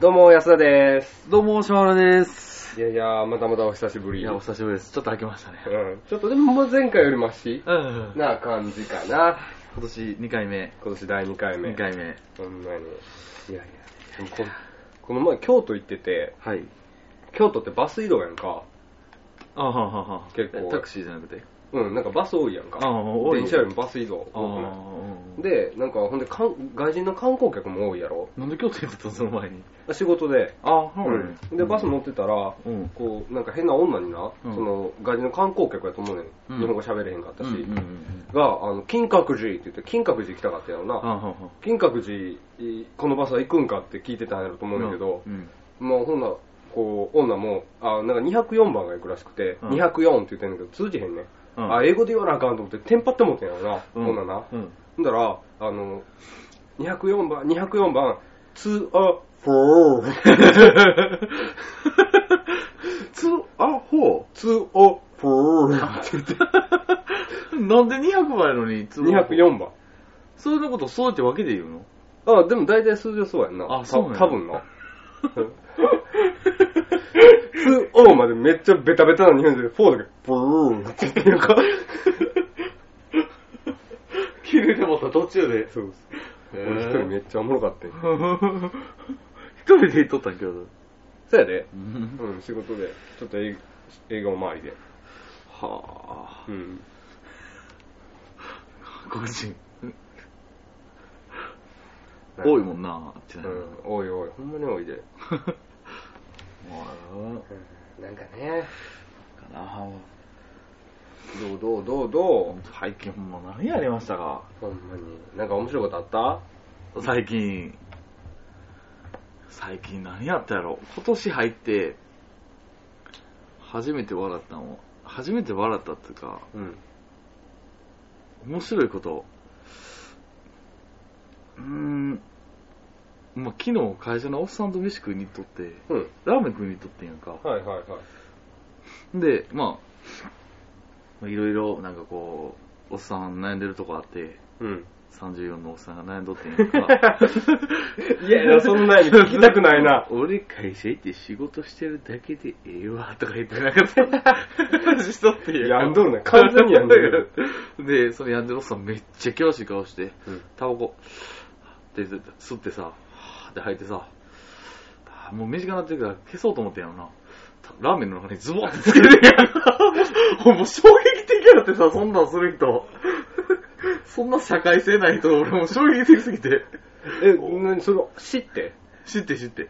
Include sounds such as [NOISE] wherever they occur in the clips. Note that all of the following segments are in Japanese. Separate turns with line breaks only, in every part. どうも、安田です。
どうも、島村です。
いやいや、またまたお久しぶり。
いや、お久しぶりです。ちょっと開けましたね。
うんちょっとでも、もう前回よりマシ
うん今
な感じか
[LAUGHS]
な。
年2回目。
今年第2回目。
2回目。
ほんまに。いやいや、でもここの前京都行ってて、
はい。
京都ってバス移動やんか。
あはははは
結構
タクシーじゃなくて。
うん、なんかバス多いやんか。
ああ多い
電車よりもバス移動
あ
多くな
あ
い。で、なんかほんでかん外人の観光客も多いやろ。
なんで京都行ってたのその前に。
仕事で。
あは
うんで、バス乗ってたら、
うん
こう、なんか変な女にな、
うん
その、外人の観光客やと思うねん。
うん
日本語喋れへんかったし。
うんうんうん
が、あの、金閣寺って言って、金閣寺行きたかったやろ
あ
な。
はは
金閣寺、いこのバスは行くんかって聞いてたんやろと思うんだけど
う、ん。
もうほんなら、こう、女も、あ、なんか204番が行くらしくて、
うん
204って言ってんだけど、通じへんねん。
うん
あ、英語で言わなあかんと思って、テンパってもってんやろな、
うん
ほんならな。
うん。
ほんだら、あの、204番、204番、ツー、あ、フォー、
[LAUGHS] つ、あ、ほ
ツー、あ、フォー、 [LAUGHS] って言って、
う。 [LAUGHS] なんで200倍のに、つ
204番。
それのこと、そうってわけで言うの
あ、でも大体数字はそうやんな。
あそうなんや
た多分な。ツーオーまでめっちゃベタベタな日本人で、フォーだけ、ブーンって言ってるか。
[LAUGHS] 切れてもさ、途中で。
そうです。
へー
俺一人めっちゃおもろかったよ。
一人で行っとったん、京都。
そうやで。うん、仕事で。ちょっと映映画も周りで。
はあ、
うん。
黒人。
ね
多いもんな、あっち
う、
なん
おいおい、ほんまに多いで。
ま
なんかね、
あ、かな。
どうどうどうどう、
最近ほんま何やりましたか
ほんまに。なんか面白いことあっ
最近。最近何やったやろ今年入って、初めて笑ったの。初めて笑ったっていうか、
たうん。
面白いこと。うーん。まあ、昨日会社のおっさんと飯食いに行っとって、
うん。
ラーメン食いに行っとってんやんか。
はいはいはい。
で、まあ、いろいろ、なんかこう、おっさん悩んでるとこあって、
うん。
34のおっさんが悩んどってんやんか。
[LAUGHS] いやいや、そんなに聞きたくないな。
俺会社行って仕事してるだけでええわ、とか言ってなんかそんな
[LAUGHS]
話 [LAUGHS] しとってんやんか。
やんどるね完全にやんどる
[LAUGHS] で、そのやんでるおっさんめっちゃ険しい顔して、
うん
タバコ、って吸ってさ、はーって吐いてさ、あーもう身近になってるから消そうと思ってんやろな。たラーメンの中にズボンってつけてるやん [LAUGHS] か。もう衝撃的やってさ、そんなんする人。そんな社会性ない人、俺もう衝撃的すぎて。
え、なにそれ、知って
知って知って。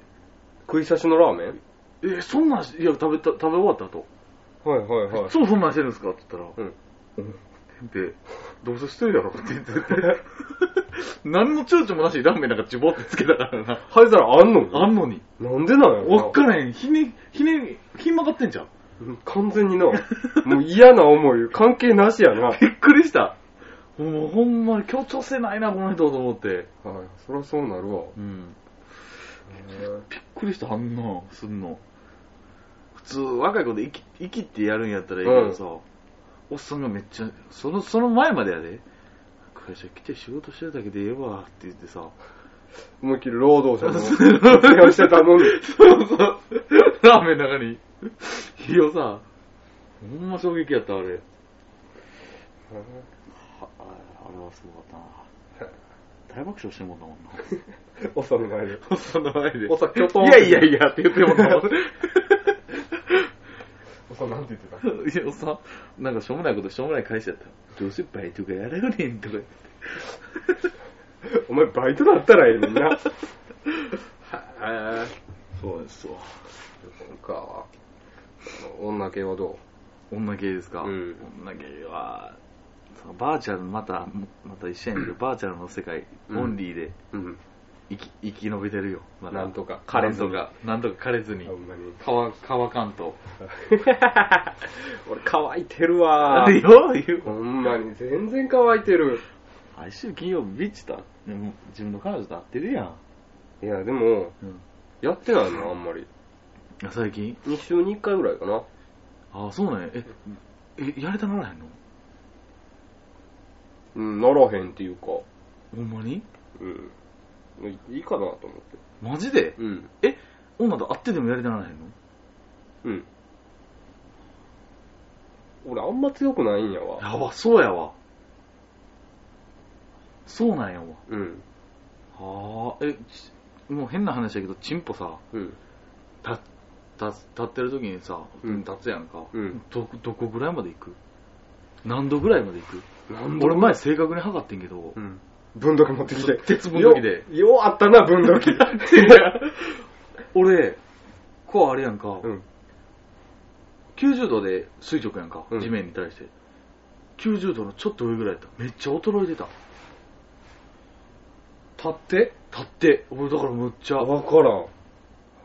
食い差しのラーメン
え、そんなんし、いや、食べた、食べ終わった後。
はいはいはい
い、。そうそんなんしてるんですかって言っ
う
たら、
ん。
うん、てんぺい、どうせしてるやろって言ってて。 [LAUGHS] 何の躊躇もなしにラーメンなんかズボンってつけたからな。
灰皿あんの
あんのに。
なんでなんやろな
わっからへん。ひね、ひね、ひん曲がってんじゃん。
うん完全にな。もう嫌な思い、関係なしや [LAUGHS] な。はい、
びっくりした。もうほんまに協調性ないな、この人と思って。
そりゃそうなるわ。
うん。びっくりした、あんな、すんの。普通、若い子で生き、生きってやるんやったらいいけどさ、おっさんがめっちゃ、その、その前までやで。会社来て仕事してるだけでええわって言ってさ、
思いっきり労働 [LAUGHS] 者の活用してた [LAUGHS] のに。
そうそう、ラーメンの中に、火をさ、ほんま衝撃やった、あれ。ああれはすごかったな。大爆笑してもんだもんな。
おさの前で。
おっさんの前で。
おっさんきょとん
いやいやいやって言ってもんだもん。
[LAUGHS] おさなんて言ってた
い [LAUGHS] や、おっさん、なんかしょうもないことしょうもない会社やった。どうせバイトがやらよねんとか。
お前バイトだったらええのに [LAUGHS] な。はぁ。
そうですわ。
そうか。女系はど
女系ですか、
うん
女系は、そのバーチャル、また、また一緒やねん [CLEARS THROAT] けど、バーチャルの世界、
うん
オンリーで
ううん。
生き生き延びてるよ。まだ
なんとか
枯れずに。なんとか枯れずに
ほ。んまに。
乾乾かんと。
[LAUGHS] 俺乾いてるわ。
よ、言う
ほんまに、全然乾いてる。
毎週金曜日ビッチとでも自分の彼女と会ってるやん、
いや、でも、やってないな、あんまり。
あ最近
2週に1回ぐらいかな。
あそうなんやええやれたならへんの
うん、ならへんっていうか。
ほんまに
うん。もういいいかなと思って。
マジで
うん。
女と会ってでもやりたならへんの
うん。俺あんま強くないんやわ。
やば、そうやわ。そうなんやわ。
うん。
はあ、え、ちもう変な話やけど、チンポさ、
うん。
立立立ってる時にさ、
うん
立つやんか、
うん
ど、どこぐらいまで行く何度ぐらいまで行く
なんだ
俺前正確に測ってんけど、
うん。分度器持ってきて。
鉄分時で。
よ。ようあったな、分度器。
俺、こうあれやんか、
うん。
90度で垂直やんか、
うん
地面に対して。90度のちょっと上ぐらいやった。めっちゃ衰えてた。
立って
立って、俺だからむっちゃ、も
わからん。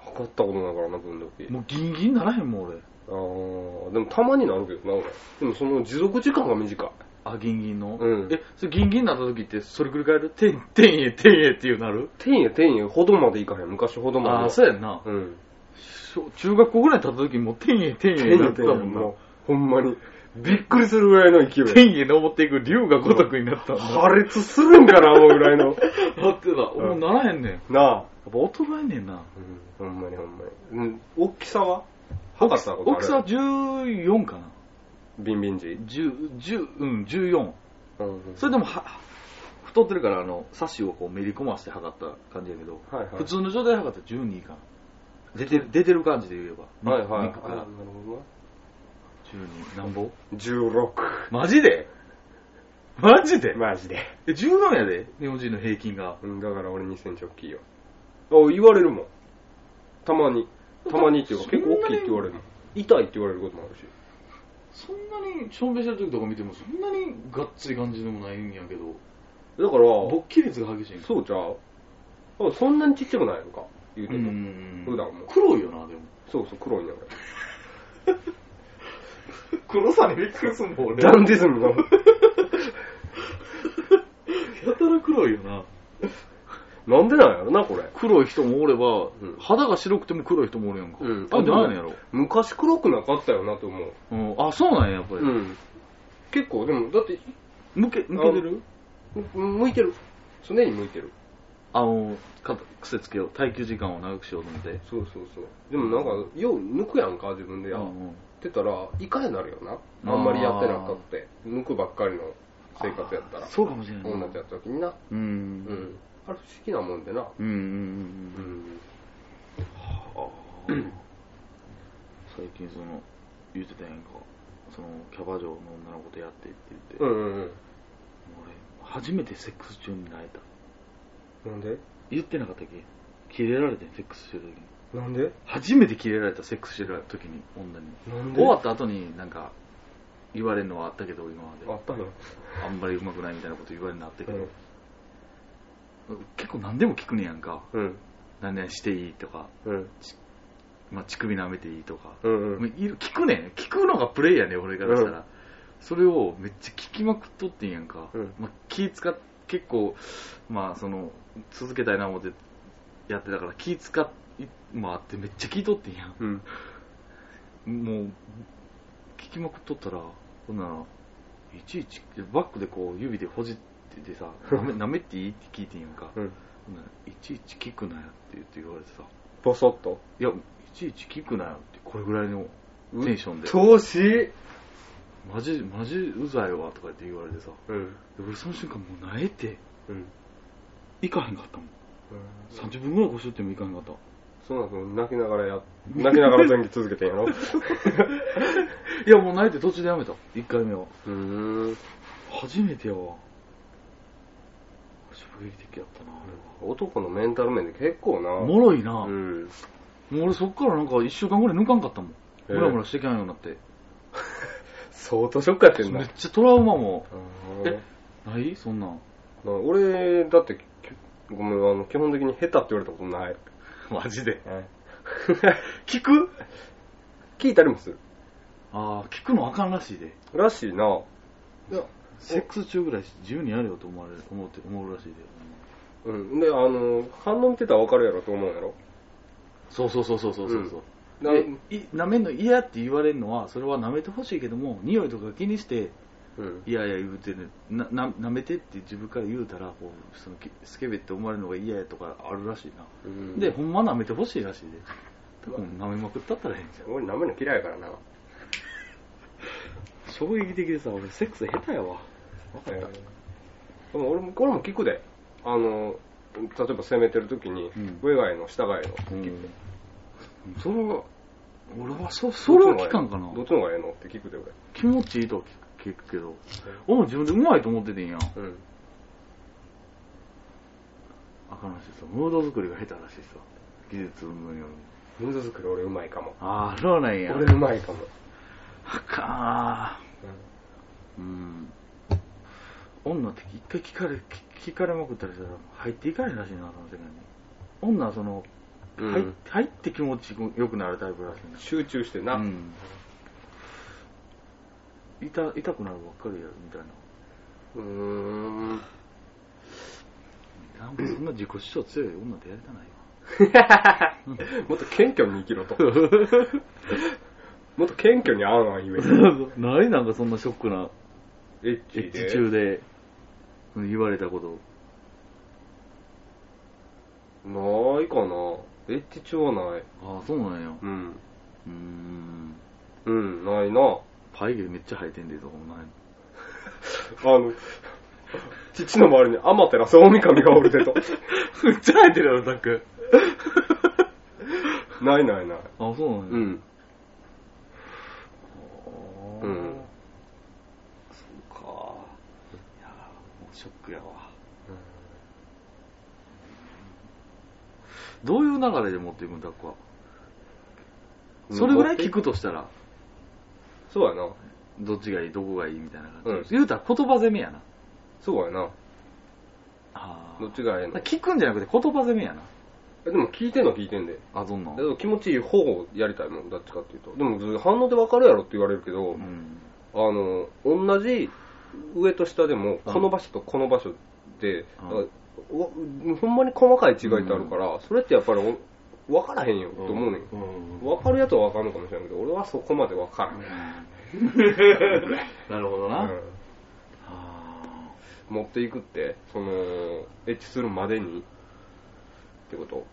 測ったことないからな、分度器。
うギンギンならへんもん俺。
あーでもたまになるけどな、俺。でもその持続時間が短い。
あ、ギンギンの、
うん
え、それギンギンになった時って、それ繰り返るてん、てんえ、てんえっていうなる
天へ天へほどまでいかへん、昔ほどまでは。
ああ、そうやんな。
うん。
小中学校ぐらいに立った時もうてんえ、てんえになってたもんな。
もうほんまに。びっくりするぐらいの勢
て
い。
んえ登っていく竜が如くになったんだ。
破裂するんかな、あのぐらいの。
なってた。もうならへんねん。やっ
なあ。
ぱ衰えんねんな。
うん、ほんまにほんまに。うん、大きさは測ったことある
大きさ14かな。
ビンビン時。
10、10、うん、14。
うん
それでもは、太ってるから、あの、サッシをこうめり込ませて測った感じやけど、
はいはい。
普通の状態で測ったら12かな。出てる、出てる感じで言えば。
はいはい。
肉から
あなるほどな。
12。なんぼ
16。
マジでマジで
マジで。
え ?14 やで日本人の平均が。
うん、だから俺2センチ大きいよ。あ、言われるもん。たまに。たまにっていうか、
そん
結
な
構
に
大きいって言われるもん。痛いって言われることもあるし。
そんなに、証明してる時とか見ても、そんなにがっつり感じでもないんやけど、
だから、
勃起率が激しいん
そうじゃうあそんなにちっちゃくないのか言うて
うんう
も。
んうん。
普段も
黒いよな、でも。
そうそう、黒いね、
黒さにびっくりすんもん、
俺。
や
ダンディズム
[LAUGHS]
の。
たら黒いよな。
なんでなんやろな、これ。
黒い人もおれば、
うん
肌が白くても黒い人もおるやんか。
うん
あ、なんやろ、
昔黒くなかったよなと思う。
うん。あ、そうなんや、やっぱり。
うん。結構、でも、だって、
向け、向けてる
む向いてる。常に向いてる。
あの、か癖つけよう。耐久時間を長くしようと思って。
そうそうそう。でもなんか、よう抜くやんか、自分でや
う
っ
んうん
てたら、イカになるよな。あんまりやってなかったって。抜くばっかりの生活やったら。
そうかもしれない。
女ちゃった時にな。
うん。
う
うん
ん。あれ不思議なもんでな。
うんうん
う
うん。
ん。 [CLEARS THROAT]
最近その、言ってたやんか。その、キャバ嬢の女の子とやってって言って。
うんうんうん。
俺、初めてセックス中に泣いた。
なんで
言ってなかったっけキレられてんセックスしてる時に。
なんで
初めてキレられたセックスしてる時に、女に。
なんで
終わった後になんか、言われるのはあったけど、今まで。
あったの
あんまりうまくないみたいなこと言われるのあったけど、結構何でも聞くねやんか。
うん。
何々していいとか、
うん。
まあ、乳首舐めていいとか。
うんう。
もうんいる聞くねん。聞くのがプレイやねん、俺からしたら。それをめっちゃ聞きまくっとってんやんか。
うん
まあ、気使っ、結構、まあ、その、続けたいな思ってやってたから、気使い、まあ、ってめっちゃ聞いとってんやん。
うん。
もう、聞きまくっとったら、ほんなら、いちいち、バックでこう、指でほじっててさ、舐め舐めていいって聞いてんやんか。
うん。
ほんなら、いちいち聞くなよって言って言われてさ、
ボソッと。
いや、いちいち聞くなよって、これぐらいのテンションで、
投資
マジ、マジうざいわとかって言われてさ、
うん。
で俺その瞬間もう慣れて、
うん。
行かへんかったもん。
そ
30分ぐらいこすっても行かへんかった。
そうなの泣きながらや、泣きながら前期続けてんや
[LAUGHS]
ろう
いや、もう慣れて途中でやめた。1回目は。
ーん。
初めてやわ。衝撃的やったな、あれは。
男のメンタル面で結構な。
おもろいな。
う
も
ん。
う俺そっからなんか1週間ぐらい抜かんかったもん。ムラムラしてきゃんようになって。
相当ショックやってん
め
だ
っ。ちゃトラウマも
あー
えないそんなん。
まあ俺、だって、きごめん、あの、基本的に下手って言われたことない。
[LAUGHS] マジで。
聞く [LAUGHS] 聞いたりもする。
ああ、聞くのあかんらしいで。
らしいな。
セックス中ぐらい自由にやれよと思われる、思うて、思うらしいで。
うん。で、あの、反応見てたらわかるやろと思うやろ。
そうそうそうそうそうそう。
うん
でい舐めんの嫌って言われるのは、それは舐めてほしいけども、匂いとか気にして、
うん
いやいや言うてね、な、な、舐めてって自分から言うたら、こう、その、けスケベって思われるのが嫌やとかあるらしいな。
うん
で、ほんま舐めてほしいらしいで。多分舐めまくったったらええんじゃ
俺舐めるの嫌いやからな
う。衝撃的でさ、俺セックス下手やわ。わかった。
でも俺も俺も聞くであの例えば攻めてる時に、
うん
上外の下外の
うん。それは、俺はそ、それは聞かんかな。
どっちの方がええのって聞くで俺
気持ちいいとは聞くけど、俺も自分でうまいと思っててんや。
うん
赤の人さ、ムード作りが下手らしいさ。技術運動による。
ムード作り俺うまいかも
ああ、そうなんや。
俺うまいかも、
あか
うん
ーうん。女って一回聞かれ、聞聞かれまくったりしたら入っていかれへんらしいな、その世界に。女はその、
うん
入っ入って気持ちよくなるタイプらしい
集中してな、
な。うん。痛、痛くなるばっかりやるみたいな。
うーん [LAUGHS]
なんかそんな自己主張強い女とやりたないわ。
もっと謙虚に生きろと [LAUGHS] もっと謙虚に合うわゆえに
[LAUGHS] ないなんかそんなショックな、
エッ
エ
チ
ッ
で
チ中でうん言われたこと。
ないかなエッチ中はない
ああ、そうなんや。
う
う
ん
ーん。
うんないな
パイ毛めっちゃ生えてんで、どうもない。
あの父の周りにアマテラスオオミカミがおるでと
めっちゃ生えてるよ、タク。
ないないない
あ、そうな
う。ん
んや。う
うん
そうか。いやーもうショックやわ。どういう流れで持っていくんだっは。それぐらい聞くとしたら、
そうやな
どっちがいい、どこがいいみたいな感じ。
うん
言うたら言葉攻めやな。
そうやな
あ
どっちがええ
だか
の
ら聞くんじゃなくて言葉攻めやな。
えでも聞いてんのは聞いてんで
あ、どんな
だけど気持ちいい方をやりたいもんどっちかっていうとでも反応で分かるやろって言われるけど、
うん。
あの同じ上と下でも
うん
この場所とこの場所で、
う
だ
ん
からわほんまに細かい違いってあるから、それってやっぱりお分からへんよと思うねん、
ん
分かるやつは分かるのかもしれんけど俺はそこまで分からん、
なるほどな。
うん
あ
持っていくってそのエッチするまでにってこと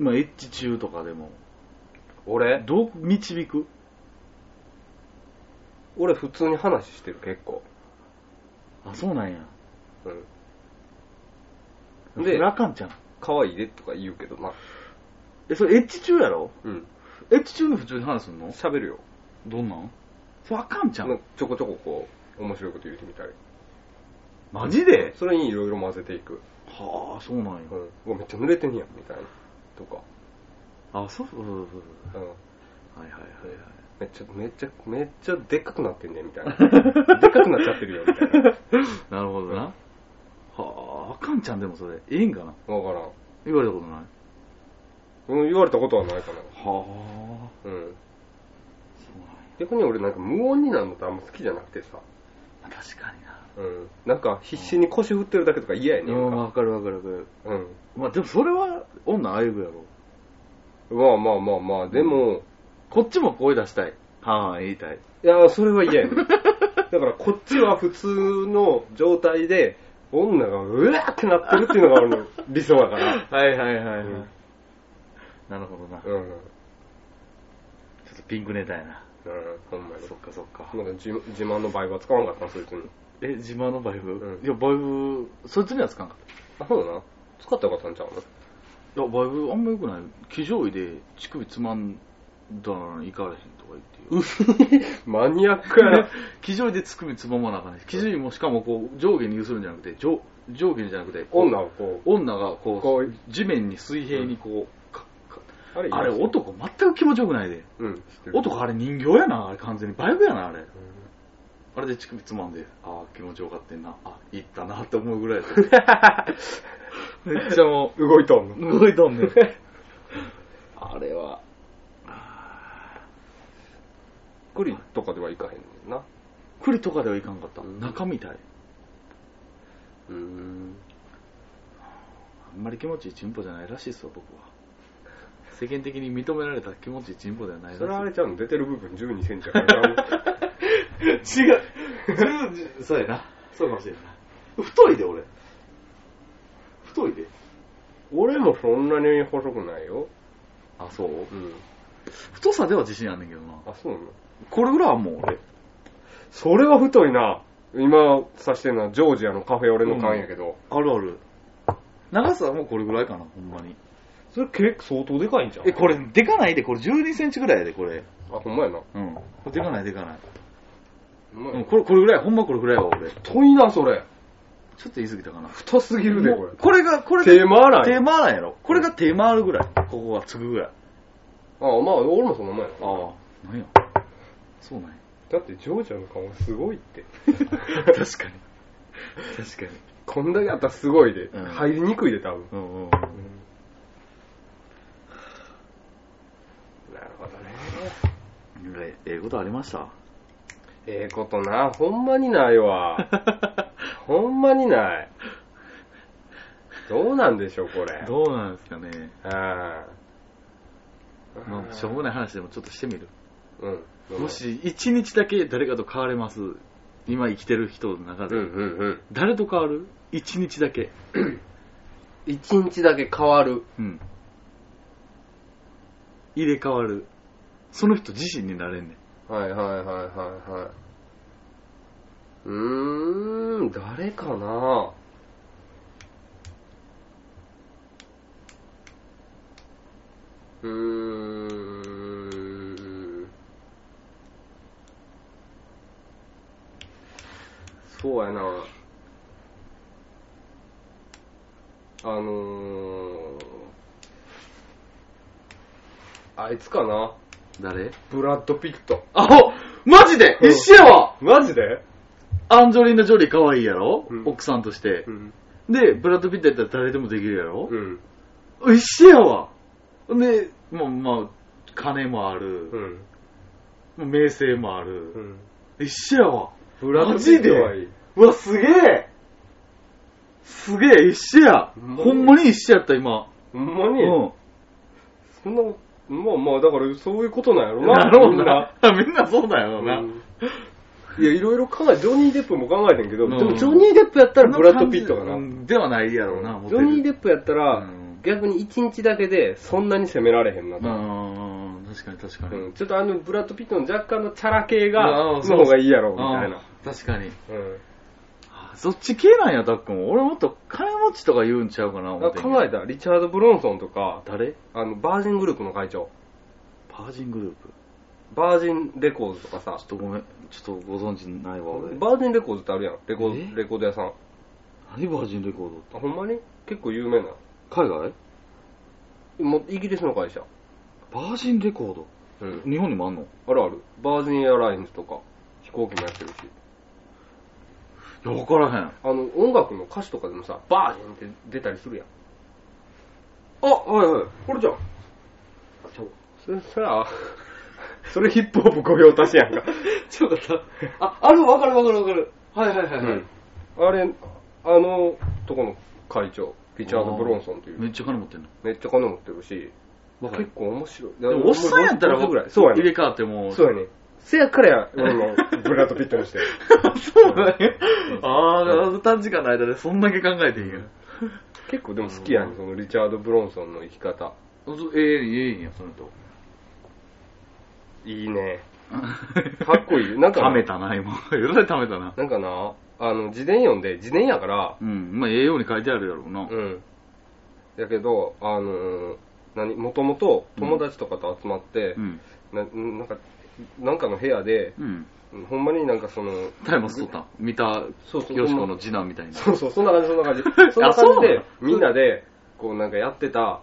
ーまあ、エッチ中とかでも、
俺
どう導く
俺普通に話してる結構、
あ、そうなんや。
うん、
そ
で
れあかんちゃん。
可愛いでとか言うけどな
え、それエッチ中やろ
うん
エッチ中に普通に話すんの
喋るよ
どんなんそれあかんちゃ
なん
ん。
かちょこちょここう面白いこと言ってみたり
マジで
それにいろいろ混ぜていく、
はあ、そうなんや
う。ん、うわめっちゃ濡れてんやんみたいなとか、
あ、そうそうそうそう。
うん、
はいはいはい
めっちゃめっちゃめっちゃでっかくなってんねみた [LAUGHS] いなでっかくなっちゃってるよみたいな
はい。なるほどな。はあ、あかんちゃんでもそれ、ええんかな
分からん、
言われたことない。は
うん、言われたことはないかな
あ、そ
うん
うな
逆に俺なんか無音になるのってあんま好きじゃなくてさ、
んや。確かにな。
うん、なんか必死に腰振ってるだけとか嫌やねん
うん、
か、
わかるわかるわかる。
うん、
まあでもそれは女あゆぐやろ。
まあまあまあまあでも、
こっちも声出したい。はあ、言いたい。
いやそれは嫌や
[LAUGHS]
ねんだからこっちは普通の状態で女がうわーってなってるっていうのが俺の理想だから
はいはいはいはい。
うん
なるほどな。ちょ
うんうん
っとピンクネタやな。
ほんまに
そっかそっか。
なんか自自慢の場合は使わなかったなそいつに
え、自慢のバイブ、
うん
いや、バイブ、そいつにはつかんかっ
あそうだな使ったらよかったんち
[LAUGHS]
ゃうの
た。いや、バイブあんま良くない。気上位で乳首つまんだらいかれへんとか言ってよ。
マニアックや
[LAUGHS]
な
気上位で乳首つままなあかんねん。気上位もしかもこう上下に揺するんじゃなくて、上上下にじゃなくて、こう
女をこう
女がこう
こう
地面に水平にこう、かか
あれ
あれ男全く気持ちよくないで。
うん知ってる
男あれ人形やな、あれ完全に。バイブやな、あれ。あれで乳首つまんで、ああ、気持ちよかったな、あ、いったなって思うぐらいやった [LAUGHS] めっちゃもう、
うん動いとん [LAUGHS] の
動いとんねん。あれは。
栗とかではいかへんねんな
栗とかではいかんかった。
うん
中みたい。
うん
あんまり気持ちいいチンポじゃないらしいっすわ、僕は。世間的に認められた気持ちいいチンポではないらしい。
それあれちゃうの出てる部分12センチやから
[LAUGHS] 違う。 10そうやな。そうかもしれんない。
太いで、俺。太いで。
俺もそんなに細くないよ。
あ、そう
うん。
太さでは自信あんねんけどな。
あ、そうなの
これぐらいはもう俺。
それは太いな。今指してるのはジョージアのカフェ俺の缶やけど。
あるある。長さはもうこれぐらいかな、ほんまに。
それ結構相当でかいんじゃん。
え、これ、でかないで、これ12センチぐらいやで、これ。
あ、ほんまやな。
うん。これでかない、でかない。
ほんま
う
や
ん、
な
これ、これぐらい、ほんまこれぐらいは俺。ちょ
太いな、それ。
っと言い過ぎたかな。
太すぎるで、これ。
これが、これが
手回らん
手
よ。
回らんやろ。これが手回るぐらい。ここがつくぐらい。
あ、まあ、俺もその前やな。
ああ。なんや。そう
[LAUGHS]
なんや。
だってジョージアの缶はすごい [LAUGHS] って。
確かに。確かに。
こんだけあったらすごいで。
うん
入りにくいで、多分。
うんうん。
なるほどね。
えええことあり
[LAUGHS]
ました
ええことな、ほんまにないわ。ほんまにない。どうなんでしょう、これ。
どうなんですかね。
ああ。
まあ、しょうもない話でもちょっとしてみる。
うん。
もし、一日だけ誰かと変われます。今生きてる人の中
う
で。
んうんうん。
誰と変わる一日だけ。
一日だけ変わる。
うん。入れ替わる。その人自身になれんねん。
はいはいはいはいはい。うーん、誰かなうーん。そうやな。あのー、あいつかな
誰
ブラッド・ピット。
あほマジで
うん
一緒やわ
マジで
アンジョリーナ・ジョリー可愛いやろ、
うん
奥さんとして
う。ん。
で、ブラッド・ピットやったら誰でもできるやろ、
うん。
一緒やわで、もう、まあ、金もある。
うん。
もう名声もあ
う
る。
ん。
一緒やわ
ブ
マジで
はいい。
うわ、すげえすげえ、一緒や
うん
ほんまに一緒やった、今。
ほんま
う
に、
ん。
そんな、まあまあ、だからそういうことなんやろな。
なるほ
み
ど
んな
な。 [LAUGHS] みんなそうだよな。
うんいや、いろいろ考え、ジョニー・デップも考えてんけど、
うん
でもジョニー・デップやったらブラッド・ピットかな。
うんではないやろうな、
ジョニー・デ
ッ
ップやったら、
うん
逆に一日だけでそんなに攻められへんな
う
と。
ん、うん確かに確かに。
うんちょっとあのブラッド・ピットの若干のチャラ系が、
うん
の方がいいやろ、みたい
あ
な。
ー確かに。
うん
あそっち系なんや、たっくん。俺もっと金持ちとか言うんちゃうかな、思
あ
ってんけど
考えたら、リチャード・ブロンソンとか、
誰
あの、バージングループの会長、
パージングループ。
バージンレコーズとかさ
ちょっ、とごめん、ちょっとご存知ないわ、俺。
バージンレコードってあるやん。レコー
え
ド、レコード屋さん。あ、
何バージンレコード
ほんまに結構有名な。
海外
もうイギリスの会社。
バージンレコード。
うん。
日本にもあんの
あるある。バージンエアラインズとか、飛行機もやってるし。
いや、わからへん。
あの、音楽の歌詞とかでもさ、バージンって出たりするやん。
あ、はいはい。
これじゃん。それ、それは、 [LAUGHS] それヒップホップ御用達やんか。
[LAUGHS] ちょっと待ってあ、あるわかるわかるわかる。はいはいは
う
いはい
ん。。あれ、あの、とこの会長、リチャード・ブロンソンっていう
め。っちゃ金持ってんの。
めっちゃ金持ってるし、
若い
結構面白い。
でもおっさんやったら、
50ぐらい。そうやね
入。れ替わっても
そうやね。せやからや、俺
[LAUGHS]
も、ブラッド・ピットにして。
そうだね。ああ、短時間の間でそんだけ考えていいんや。
結構でも好きやね、そのリチャード・ブロンソンの生き方。
ええ、ええんや、その人。
いい
[LAUGHS]
ね。かっこいい。なんか
た
な、
めたな、今。 [LAUGHS] えらいためたな。
なんかな、あの、自伝読んで、自伝やから、
うん、まあ、ええように書いてあるやろうな。
うん。やけど、あのー、何、もともと友達とかと集まって
う、ん。
ななんか、なんかの部屋で、
うん。
ほんまになんかその、
タイマス取ったん見た、
そうそう
よしこの次男みたいな。
そうそう、そんな感じ、そん
[LAUGHS]
な感じ。そんな
そう
感じ
なの
で、みんなで、こうなんかやってた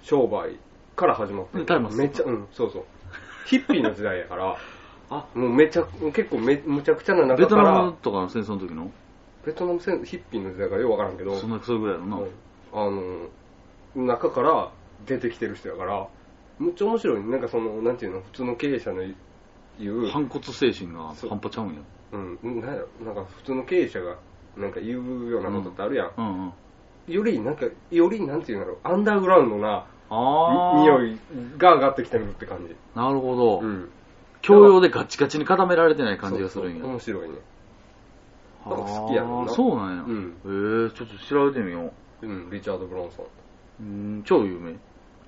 商売から始まって
タイマス
めっちゃ、うん、そうそう。ヒッピーの時代やから、
あ
もうめちゃ、結構め、むちゃくちゃな
ベ
中
ト
か
ナム
ら、
とかの戦争の時の
ベトナム戦ヒッピーの時代からようわからんけど、
そんな、それぐらいやろな。
うんあの、中から出てきてる人やから、むっちゃ面白い。なんかその、なんていうの、普通の経営者の言う、
反骨精神が
そう
半端ちゃうんや。
うん、なんやろ、なんか普通の経営者が、なんか言うようなことってあるやん。
うんうん。
より、なんか、より、なんていうんだろう、アンダーグラウンドな、
ああ。
に匂いが上がってきてるって感じ。
なるほど。
ん。
教養でガチガチに固められてない感じがするん
そうそう
や。
面白いね。なんか好きやもんな
あーそうなんや。
うん
えー、ちょっと調べてみよう。
うん、リチャード・ブロンソン。
うん、超有名。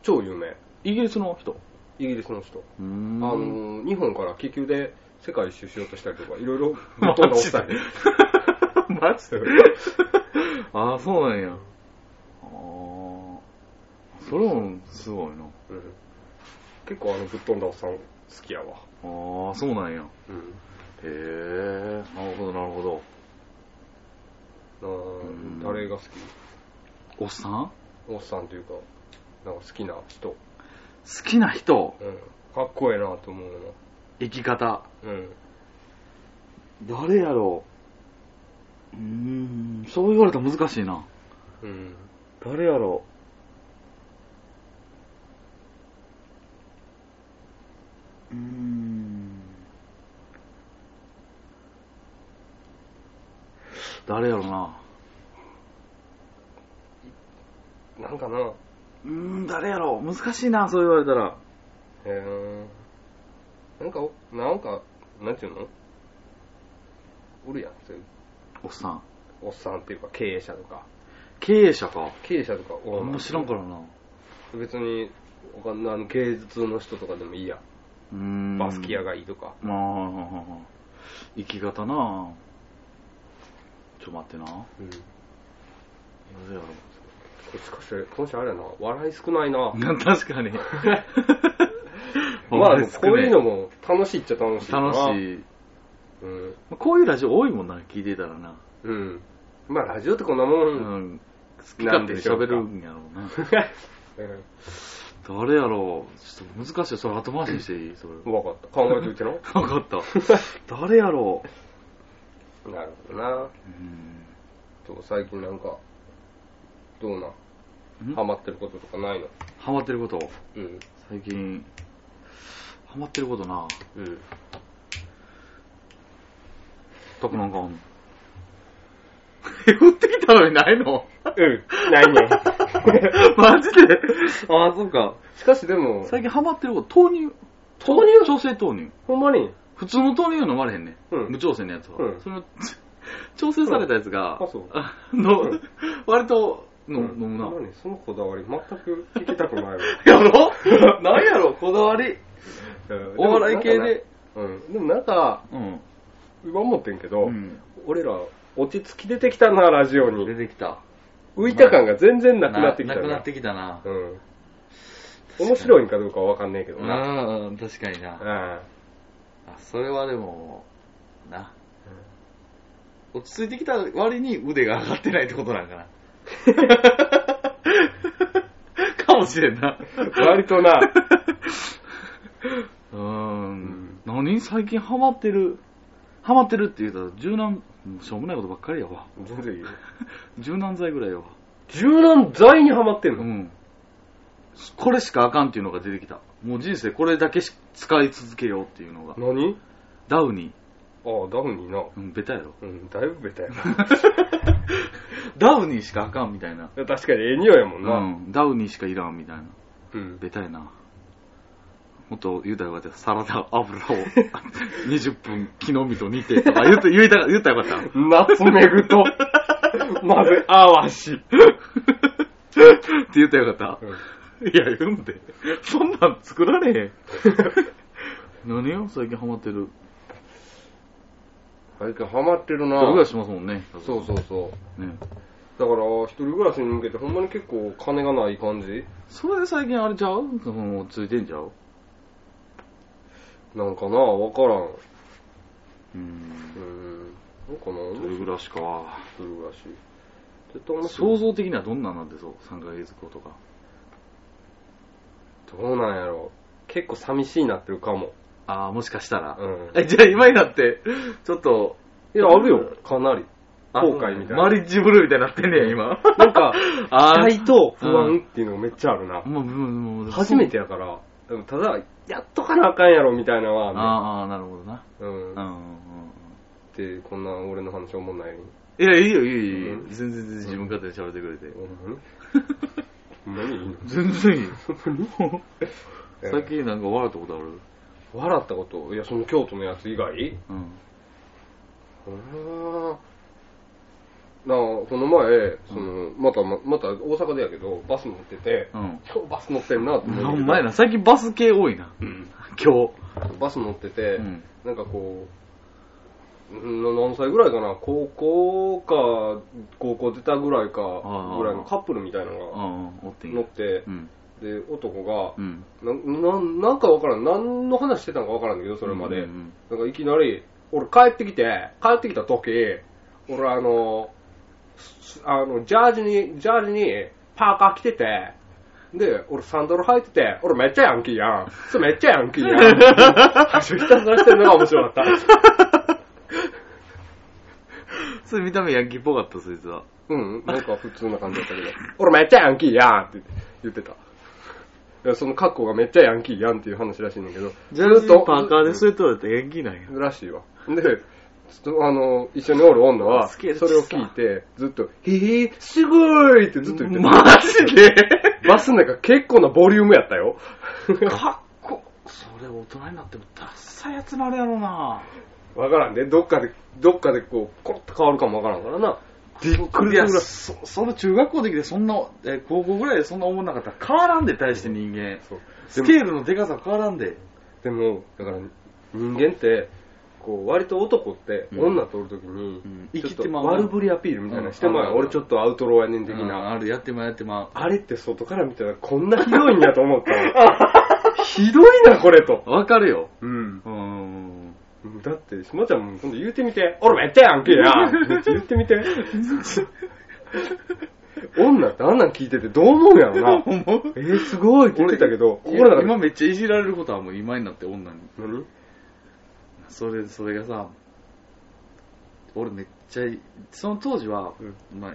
超有名。
イギリスの人。
イギリスの人。
う
あ
ーん。
の、日本から気球で世界一周しようとしたりとか、いろいろぶっ飛んだおっさんや。
[LAUGHS] マジでああ、そうなんや。ああー。それもすごい
う
な。
ん結構あのぶっ飛んだおっさん好きやわ。
ああ、そうなん
う
や。へ
ん。
え。なるほど、なるほど。
あー
うん
誰が好き
おっさん
おっさんというか、なんか好きな人。
好きな人、
うん。かっこええなと思うよ
生き方。
な。うん。
誰やろううーん、そう言われたら難しいな。
うん。
誰やろううーん。誰やろな。
なんかな、
うーん、誰やろう難しいな、そう言われたら。
へえなんか、なんか、なんていうのおるやん、そういう
おっさん。
おっさんっていうか経営者とか。
経営者か。
経営者とか
あ
オー
ん
ナ
ま
ー。
知らんからな。
別に、わかんないあの芸術の人とかでもいいや。
うーん。
バスキアがいいとか。
まあ、生き方なちょっと待ってな。ど
うん。こ
れや
っちかしら、今週あれやな、笑い少ないな。
ろう。 [LAUGHS] 確かに。
まあ、でもこういうの
も
も楽しいっちゃ楽しいかな。
楽しい。
うん。
こういうラジオ多いもんな、聞いてたらな。
うん。まあ、ラジオってこんなも。
うんん。好き勝手に喋るんやろうな。誰やろう。ちょっと難しい。それ後回しにしていいそれ。
うん。わかった。考えてみてな。 [LAUGHS]
わか [LAUGHS] った。誰やろう。
なるほどな。
うん
ちょっと最近なんか、どうなん
ん
ハマってることとかないの
ハマってること。
うん。
最近、ハマってることな。
うん。
全くなんかあん [LAUGHS] の。え、降ってきたのにないの
うん。ないね。
[LAUGHS] マジでああ、そっか。
しかしでも、
最近ハマってること、豆乳。
豆乳
調整豆乳。
ほんまに、
普通の豆乳飲まれへんね。
うん
無調整のやつは。
うん
その、 [LAUGHS] つ調整されたやつが、
うんあそう
あの、
うん
割との、
うん
飲むな
ほん。まに、そのこだわり全く聞きたくないわ。
[LAUGHS]
[LAUGHS]
やろなんやろこだわり。
うん
お笑い系。
で
で。
もなんかねうん。でもなんか、
うん。
今思ってんけど、
うん
俺ら、落ち着き出てきたな、ラジオ
出
に。
てきた。
浮いた感が全然なくなってきた
なくなってきたな。
うん。面白いんかどうかはわかんないけどな。
うん、確かにな。
うん。
あそれはでも、な。落ち着いてきた割に腕が上がってないってことな
[LAUGHS]
んかな。かもしれんな。
割とな、
うーん。何最近ハマってる。ハマってるって言うたら、柔軟、もうしょうもないことばっかりやわ。
全然いいよ。
柔軟剤ぐらいやわ。
柔軟剤にはまってん
う
の、
ん。これしかあかんっていうのが出てきた。もう人生これだけし使い続けようっていうのが。
何
ダウニー。
ああ、ダウニーな。
うん、ベタやろ。
うん、だいぶベタやな。
ダウニーしかあかんみたいな。
確かにええ匂いやもん
う
な。
ん、ダウニーしかいらんみたいな。
うん。
ベタやな。もっと言うたらよかった。サラダ油 [LAUGHS] を20分木の実と煮てとか言うた言うた言うたらよかっ [LAUGHS]
ナツメ [LAUGHS] グと、混ぜ合わし。
た。って言うたらよかった。
うん
いや、言うんで。そんなん作られへん。何よ最近ハマってる。
最近ハマってる
一
な
人暮らししますもんね。
そうそうそう。
う。ね。
だから、一人暮らしに向けてほんまに結構金がない感じ
それで最近あれちゃうそのついてんちゃう
なんかなわからん。
うん
う。ん。なんかな
一人暮らしか。
一人暮らし。絶対面白
想
い。
像的にはどんなんなんでそう ?3 ヶ月後とか。
どうなんやろう。結構寂しいなってるかも。
ああ、もしかしたら
う。ん。
え、じゃあ今になって、ちょっと、
いや、あるよ。かなり。後悔みたい
マ
な。
リッジブルーみたいになってんねや、今。
なん [LAUGHS] か、期
あー
待と不安っていうのがめっちゃあるな。
もう、もう、もう、
初めてやから、でもただ、やっとかなあかんやろみたいなのはあ
ああ、なるほどな。
るね、
う
うん。
うん
っ
んうん。
て、こんな俺の話おもんないよ
いや、いいよ、いいよ、いいよ
う。ん
全然、全然自分勝手に喋ってくれて。
[LAUGHS] ほんまに何いいの
全然いい。さっきなんか笑ったことある
笑ったこといや、その京都のやつ以外う
うん。
ーん。なあこの前、そのまたま、また大阪でやけど、バス乗ってて、
うん。
今日バス乗ってんなって思って。
ほんまやな、最近バス系多いな。
うん
今
バス乗ってて、
日。うん。
なんかこう、うん何歳ぐらいかな、高校か、高校出たぐらいか、
あー
ぐらいのカップルみたいな
う
のが
ん、おってん
乗
よ
って
う、ん。
で、男が
う、ん。
ななんなんかわからん、何の話してたんかわからんけど、それまで。
うん
なんかいきなり、俺帰ってきて、帰ってきた時、俺あの、すあの、ジャージに、ジャージにパーカー着てて、で、俺サンダル履いてて、俺めっちゃヤンキーやん。それめっちゃヤンキーやん。ひたすらしてるのが面白かった。
それ見た目ヤンキーっぽかった、そいつは。
うん、なんか普通な感じだったけど、俺めっちゃヤンキーやんって言ってた。いやその格好がめっちゃヤンキーやんっていう話らしいんだけど、ずっと
パーカーでそういうとだったらヤンキーなんや。
らしいわ。で、ちょっとあの、一緒におる女は、
ス
そ
ケール
れを聞いて、ずっと、へえ、すごいってずっと言ってた。
マジで
バスの中結構なボリュームやったよ。
かっこ、それ大人になってもダッサいやつなるやろな。
[LAUGHS] わからんで、どっかで、どっかでこう、コロッと変わるかもわからんからな。びっくりする
い
ぐら
や、
い。
そ、その中学校の時でそんな、えー高校ぐらいでそんな思んなかったら変わらんで、対して人間。
そう
スケールのデカさ変わらんで。
でも、だから、人間って、こう、割と男って、
うん
女とおるときにちょ
うん、
っ
生きてま
と
うな
悪ぶりアピールみたいなしてまうやん
うん
俺ちょっとアウトローやねん的
うん
な。
ある、やってまうやってまう。
あれって外から見たらこんなひどいんやと思ったわ
[LAUGHS]
ひどいな、これと。
わかるよ。
うん。
うーん。
だって、しまちゃんも今度言うてみて。俺めっちゃヤンキーやめっちゃ言ってみて。女ってあんなん聞いててどう思うんやろな。
[LAUGHS] 思う
えー、すごいって言ってたけど、心の中で
今めっちゃいじられることはもう今になって女に。
何
それ、それがさ、俺めっちゃい、その当時は、まあ、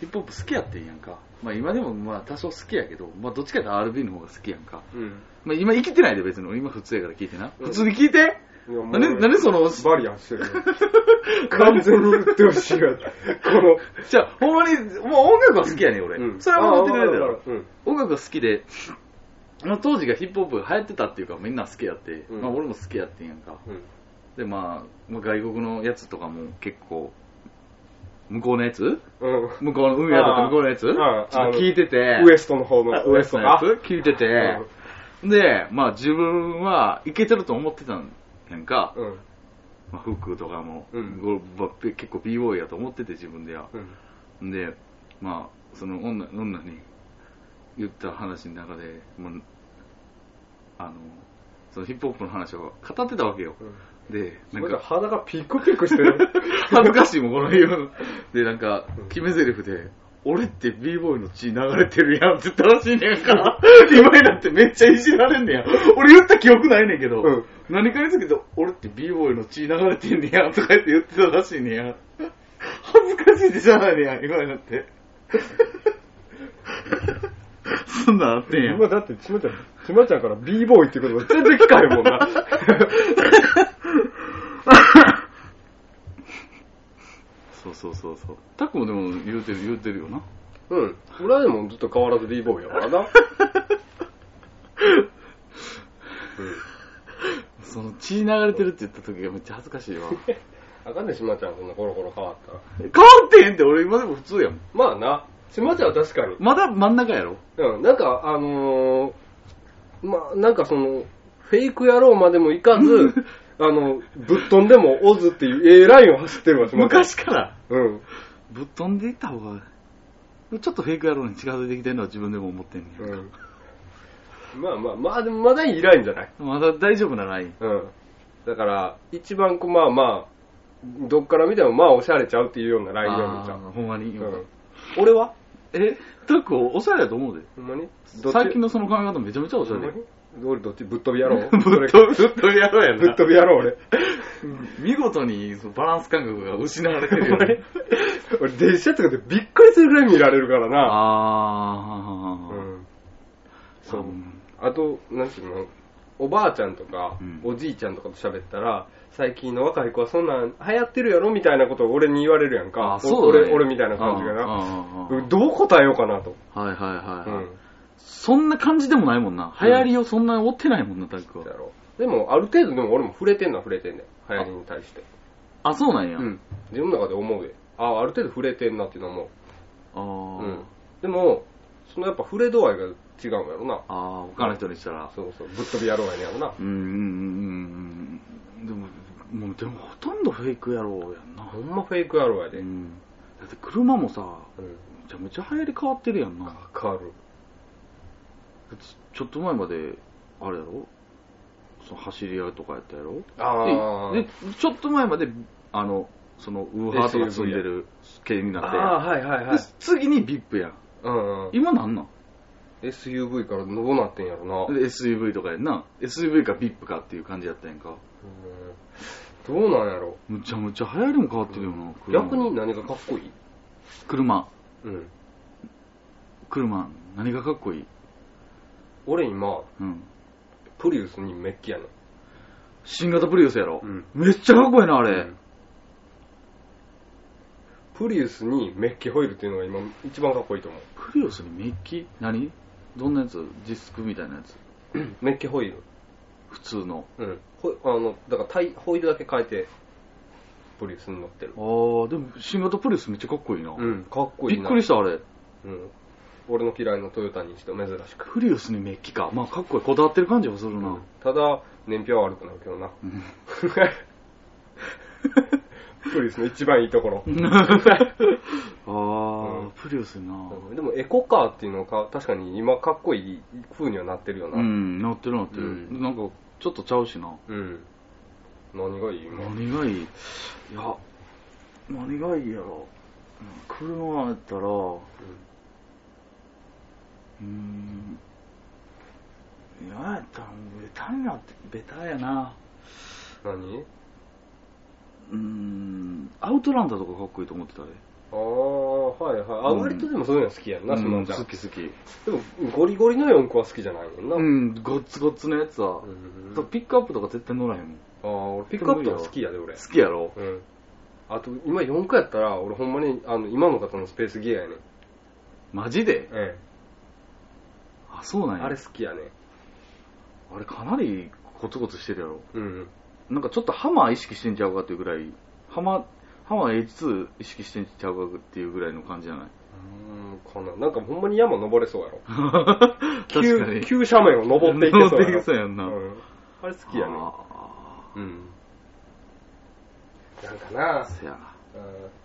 ヒップホップ好きやってんやんか。まあ今でもまあ多少好きやけど、まあどっちかって RB の方が好きやんか。
うん。
まあ今生きてないで別に、俺今普通やから聞いてな。
うん
普通に聞いて
いやもう
なんで、なんでその、
バリアンして
[LAUGHS]
るよ。完全に言ってほしいわ。この、
じゃあほんまに、もう音楽は好きやねん俺。それは分かってくれるだろ。
うん。
音楽が好きで、あの当時がヒップホップが流行ってたっていうかみんな好きやって、
うん
まあ俺も好きやってんやんか。
うん。
でまあ、まあ外国のやつとかも結構、向こうのやつ
うん。
向こうの海やとか
あー
向こうのやつちょ
あ
っ
ー
と聞いてて、
ウエストの方
あ
の、
ウエストのやつ聞いて
う
て、
ん
で、まあ自分はいけてると思ってたんやんか、
うん。
まあ、フックとかも、
うん
ゴまあ結構 b ボーイやと思ってて自分では。
うん。
で、まあ、その女女に言った話の中で、もうあの、そのヒップホップの話を語ってたわけよ。
うん。
で、
な
なんん
か
か、
鼻がピクピクして [LAUGHS] る。
[LAUGHS] 恥ずかしいもん、この言うで、なんか
うん、
決め台詞で、俺って b ボーイの血流れてるやんって言ったらしいねんか。 [LAUGHS] 今になってめっちゃいじられんねや。俺言った記憶ないねんけど、
うん
何かにつけて、俺って b ボーイの血流れてんねや、とか言って言ってたらしいねや。恥ずかしいでしゃあないねや、今になって。 [LAUGHS] そんなんあってんや。
今だってちまちゃん、ちまちゃんから b ボーイって言葉全然聞かへんもんな。
そうそうそうそう。たっくもでも言うてる言うてるよな。
[LAUGHS] うん。俺はでもずっと変わらず b ボーイやからな。
その血流れてるって言った時がめっちゃ恥ずかしいわ。変
あかんね、しまちゃんそんなコロコロ変わったら。
わってへんって俺今でも普通やもん。
まあな、しまちゃんは確かに。
まだ真ん中やろ
うん、なんかあのー、まあなんかその、フェイク野郎までもいか [LAUGHS] ず、あの、ぶっ飛んでもオズっていう A ラインを走ってるわ、しまちゃん。
昔から
うん。
ぶっ飛んでいった方が、ちょっとフェイク野郎に近づいてきてるのは自分でも思ってんねん。
うん。まあまあ、まあでもまだいいラインじゃない
まだ大丈夫なライン。
うん。だから、一番こう、まあまあ、どっから見てもまあおしゃれちゃうっていうようなラインを見ちゃ
あ
う。
ーほんまに、
うん。俺は
え、タックおしゃれやと思うで。
ほんまに
最近のその髪型めちゃめちゃおしゃ
ほん
れ
ま
や。
に俺どっちぶっ飛びやろう
[LAUGHS] ぶっ飛ぶ、ぶっ飛び野郎や
ぶっ
な。
飛びやろう俺。
見事にそのバランス感覚が失われて
[LAUGHS]
るよ [LAUGHS] ね。
俺電車とかでびっくりするぐらい見られるからな。
あ
う
ー。
ん。そ
あ
う。
ん
あと、なんていうのおばあちゃんとか、
うん
おじいちゃんとかと喋ったら、最近の若い子はそんなん流行ってるやろみたいなことを俺に言われるやんか。
あ、そうだね
お俺、俺みたいな感じがな。
な
どう答えようかなと。
はいはいは
う
いはい。
ん。
そんな感じでもないもんな。
うん
流行りをそんな追ってないもんな、タック
だ
は。
ろう。でも、ある程度でも俺も触れてんのは触れてんねん。流行りに対して。
あ、そうなんや。
うん。自分の中で思うで。あ、あある程度触れてんなっていうのも、
あー、
うん、でもそのやっぱ触れ度合いが違うんやろな
あー他の人にしたら
そうそうぶっ飛び野郎やねやろな
うんうんうんうんでももうでもほとんどフェイクやろうやんな
ほんまフェイク野郎やで、
う
うん
んだって車もさ
うん、
めちゃめちゃ流行り変わってるやんなだ
かかる
ってちょっと前まであれやろその走り合いとかやったやろ
ああ
ででちょっと前まであのそのウーハーとか積んでる系になって
ああはいはいはい
で次に VIP やん
うん、うん、
今なんなん
SUV からどうなってんやろな、うん、
で SUV とかやんな SUV か VIP かっていう感じやったやんか
どうなんやろ
むちゃむちゃ流行りも変わってるよな車
逆に何がかっこいい
車
うん
車何がかっこいい
俺今
うん
プリウスにメッキやねん
新型プリウスやろ、
うん
めっちゃかっこいいなあれ、
うんプリウスにメッキホイールっていうのが今一番かっこいいと思
[CLEARS THROAT]
う
プリウスにメッキ何どんなやつディスクみたいなやつ
メッキホイール
普通の
うんほあのだからタイホイールだけ変えてプリウスに乗ってる
ああでも新型プリウスめっちゃかっこいいな、
うんかっこいい
びっ
な
くりしたあれ
うん、俺の嫌いなトヨタにしては珍しく、
プリウスにメッキかまあかっこいいこだわってる感じはするな、
うんただ燃費は悪くなるけどな
うん
[LAUGHS] プリウスの一番いいところ、
[LAUGHS] ああ、
うん
プリウスな
でもエコカーっていうのが確かに今かっこいい風にはなってるよな
う、んなってるなってる、
うん
なんかちょっとちゃうしな
うん何がいい今
何がいいいや何がいいやろ車やったらうん嫌やったらベタになってベタやな
何
うんアウトランダーとかかっこいいと思ってたで
ああはいはいあ、
うん
割とでもそういうの好きやんな、
う
その
ん
じゃん
好き好き
でもゴリゴリの四駆は好きじゃないもんな、
うんゴッツゴッツのやつは
う、ん
だからピックアップとか絶対乗らへんもん
ああ俺ピックアップは好きやで俺
好きやろ
うんあと今4回やったら俺ほんまにあの今の方のスペースギアやねん、
マジで
え
あそうなんや
あれ好きやね
あれかなりコツコツしてるやろ
うん
なんかちょっとハマー意識してんちゃうかっていうぐらい、ハマ、ハマー H2 意識してんちゃうかっていうぐらいの感じじゃな
う
い
んかななんかほんまに山登れそうやろ
確かに。
急急斜面を登っていけそうや
登ってい
ろ
けそうやんな。
うんあれ好きやね
あ
うんなんかな
ーせやな。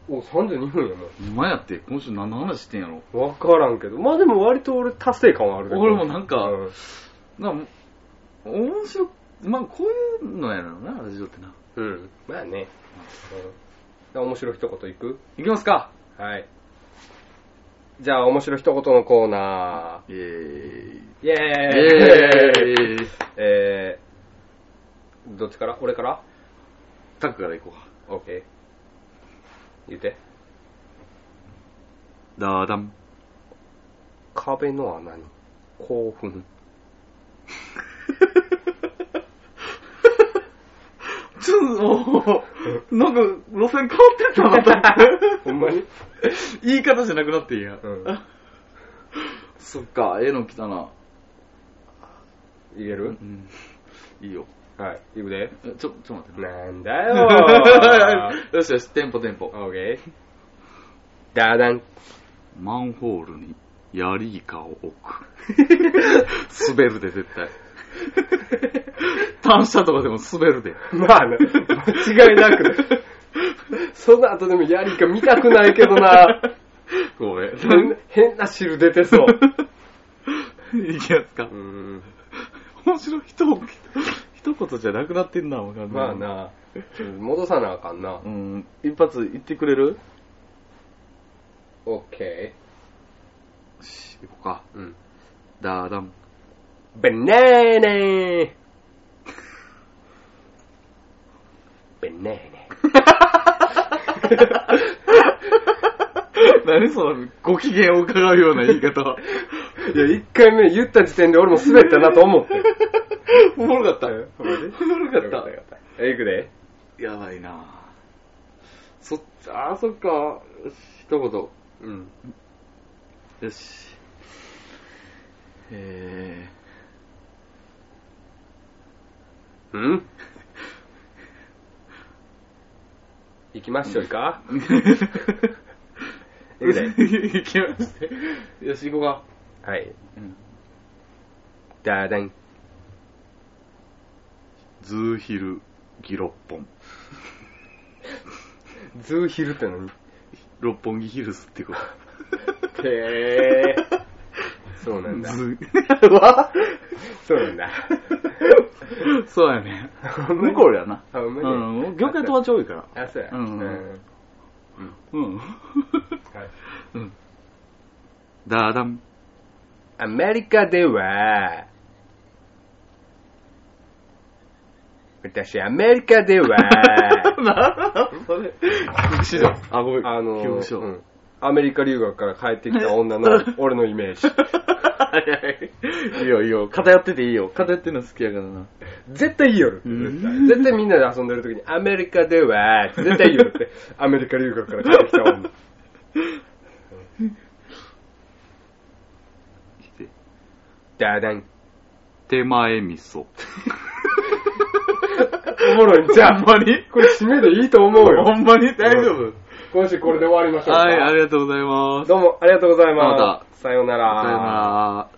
うんお32分やもん
ほんまやって、今週何の話してんやろ。
わからんけど。まあでも割と俺達成感はあるけど
俺もなんか
うん
なんか、面白く、まあこういうのやろな、ラジオってな。
うん。まあね。うん。面白い一言いく
いきますか
はい。じゃあ面白い一言のコーナ
イェーイ。
ー。イェー
イ
イ
ェーイ。
えー、どっちから俺から
タックからいこうか。
?OK。言うて。
ダーダン。
壁の穴に興奮。
ちょっと、おーなんか路線変わってったなと思って。
ほんまに
[LAUGHS] 言い方じゃなくなっていいや、
うん
[LAUGHS] そっかええの来たな、
言える
うん、いいよ
はい。行くで。
えちょちょっと待ってな
なんだよ
[LAUGHS] よしよしテンポテンポ
ー。OK。ダダン。
マンホールにヤリイカを置く [LAUGHS] 滑るで絶対単車とかでも滑るで
[LAUGHS] まあね、間違いなく。その後でもヤリか見たくないけどな。
[LAUGHS] ごめん
変な変な汁出てそう。
いきますか
うん。
面白い一言一言じゃなくなってんなわかんない
まあな、戻さなあかんな
う。ん一発言ってくれるよ
オッケ
し行こうか
ー。うん。
ダーダン
ベネーネー。ベネーネ
[LAUGHS] 何そのご機嫌を伺うような言い方は
ー。いや、一回目言った時点で俺も滑ったなと思って。
[LAUGHS] おもろかった
おもろかった
おもろかった
よかった。え、いくで。
やばいなそっあーそっか一
うん。
言よしえ
うん
ー、
行きましょうか。
[LAUGHS] うぜ行きまして。よし、行こうか。
はい。
うん。
ダダン。
ズーヒル、ギロッポン。
ズーヒルってのに。
六本木ヒルズって [LAUGHS] こ
へー。そうなん
と。
だ。
ズー。 [LAUGHS] わ
そうなんだ。
そうや [LAUGHS] ね。
ほんまに
向こうやな。
あほんまに
うん。業界友達多いから。
あ、そうや。
うん
うん
うん。
はい
うん。ダーダン。
アメリカでは、私、アメリカでは、
[LAUGHS] それ。記憶だ。あ、ごめん。
あの
記憶し
ー、
ろ [LAUGHS]
うんアメリカ留学から帰ってきた女の俺のイメージ。
いいよいいよ。偏ってていいよ。偏ってんの好きやからな。
絶対言いよる。
うん
絶対絶対みんなで遊んでる時に、アメリカでは、絶対言いよる
[LAUGHS]
って。アメリカ留学から帰ってきた女。ダダン。
手前味噌。
おもろい。じ
じ
ゃ
ゃあ、
あ、
ほんまに
これ締めでいいと思う [LAUGHS]
ほ
よ。
んまに大丈夫
今週これで終わりましょうか。
はい、ありがとうございます。
どうもありがとうございます。
ま
さようなら。
さよなら。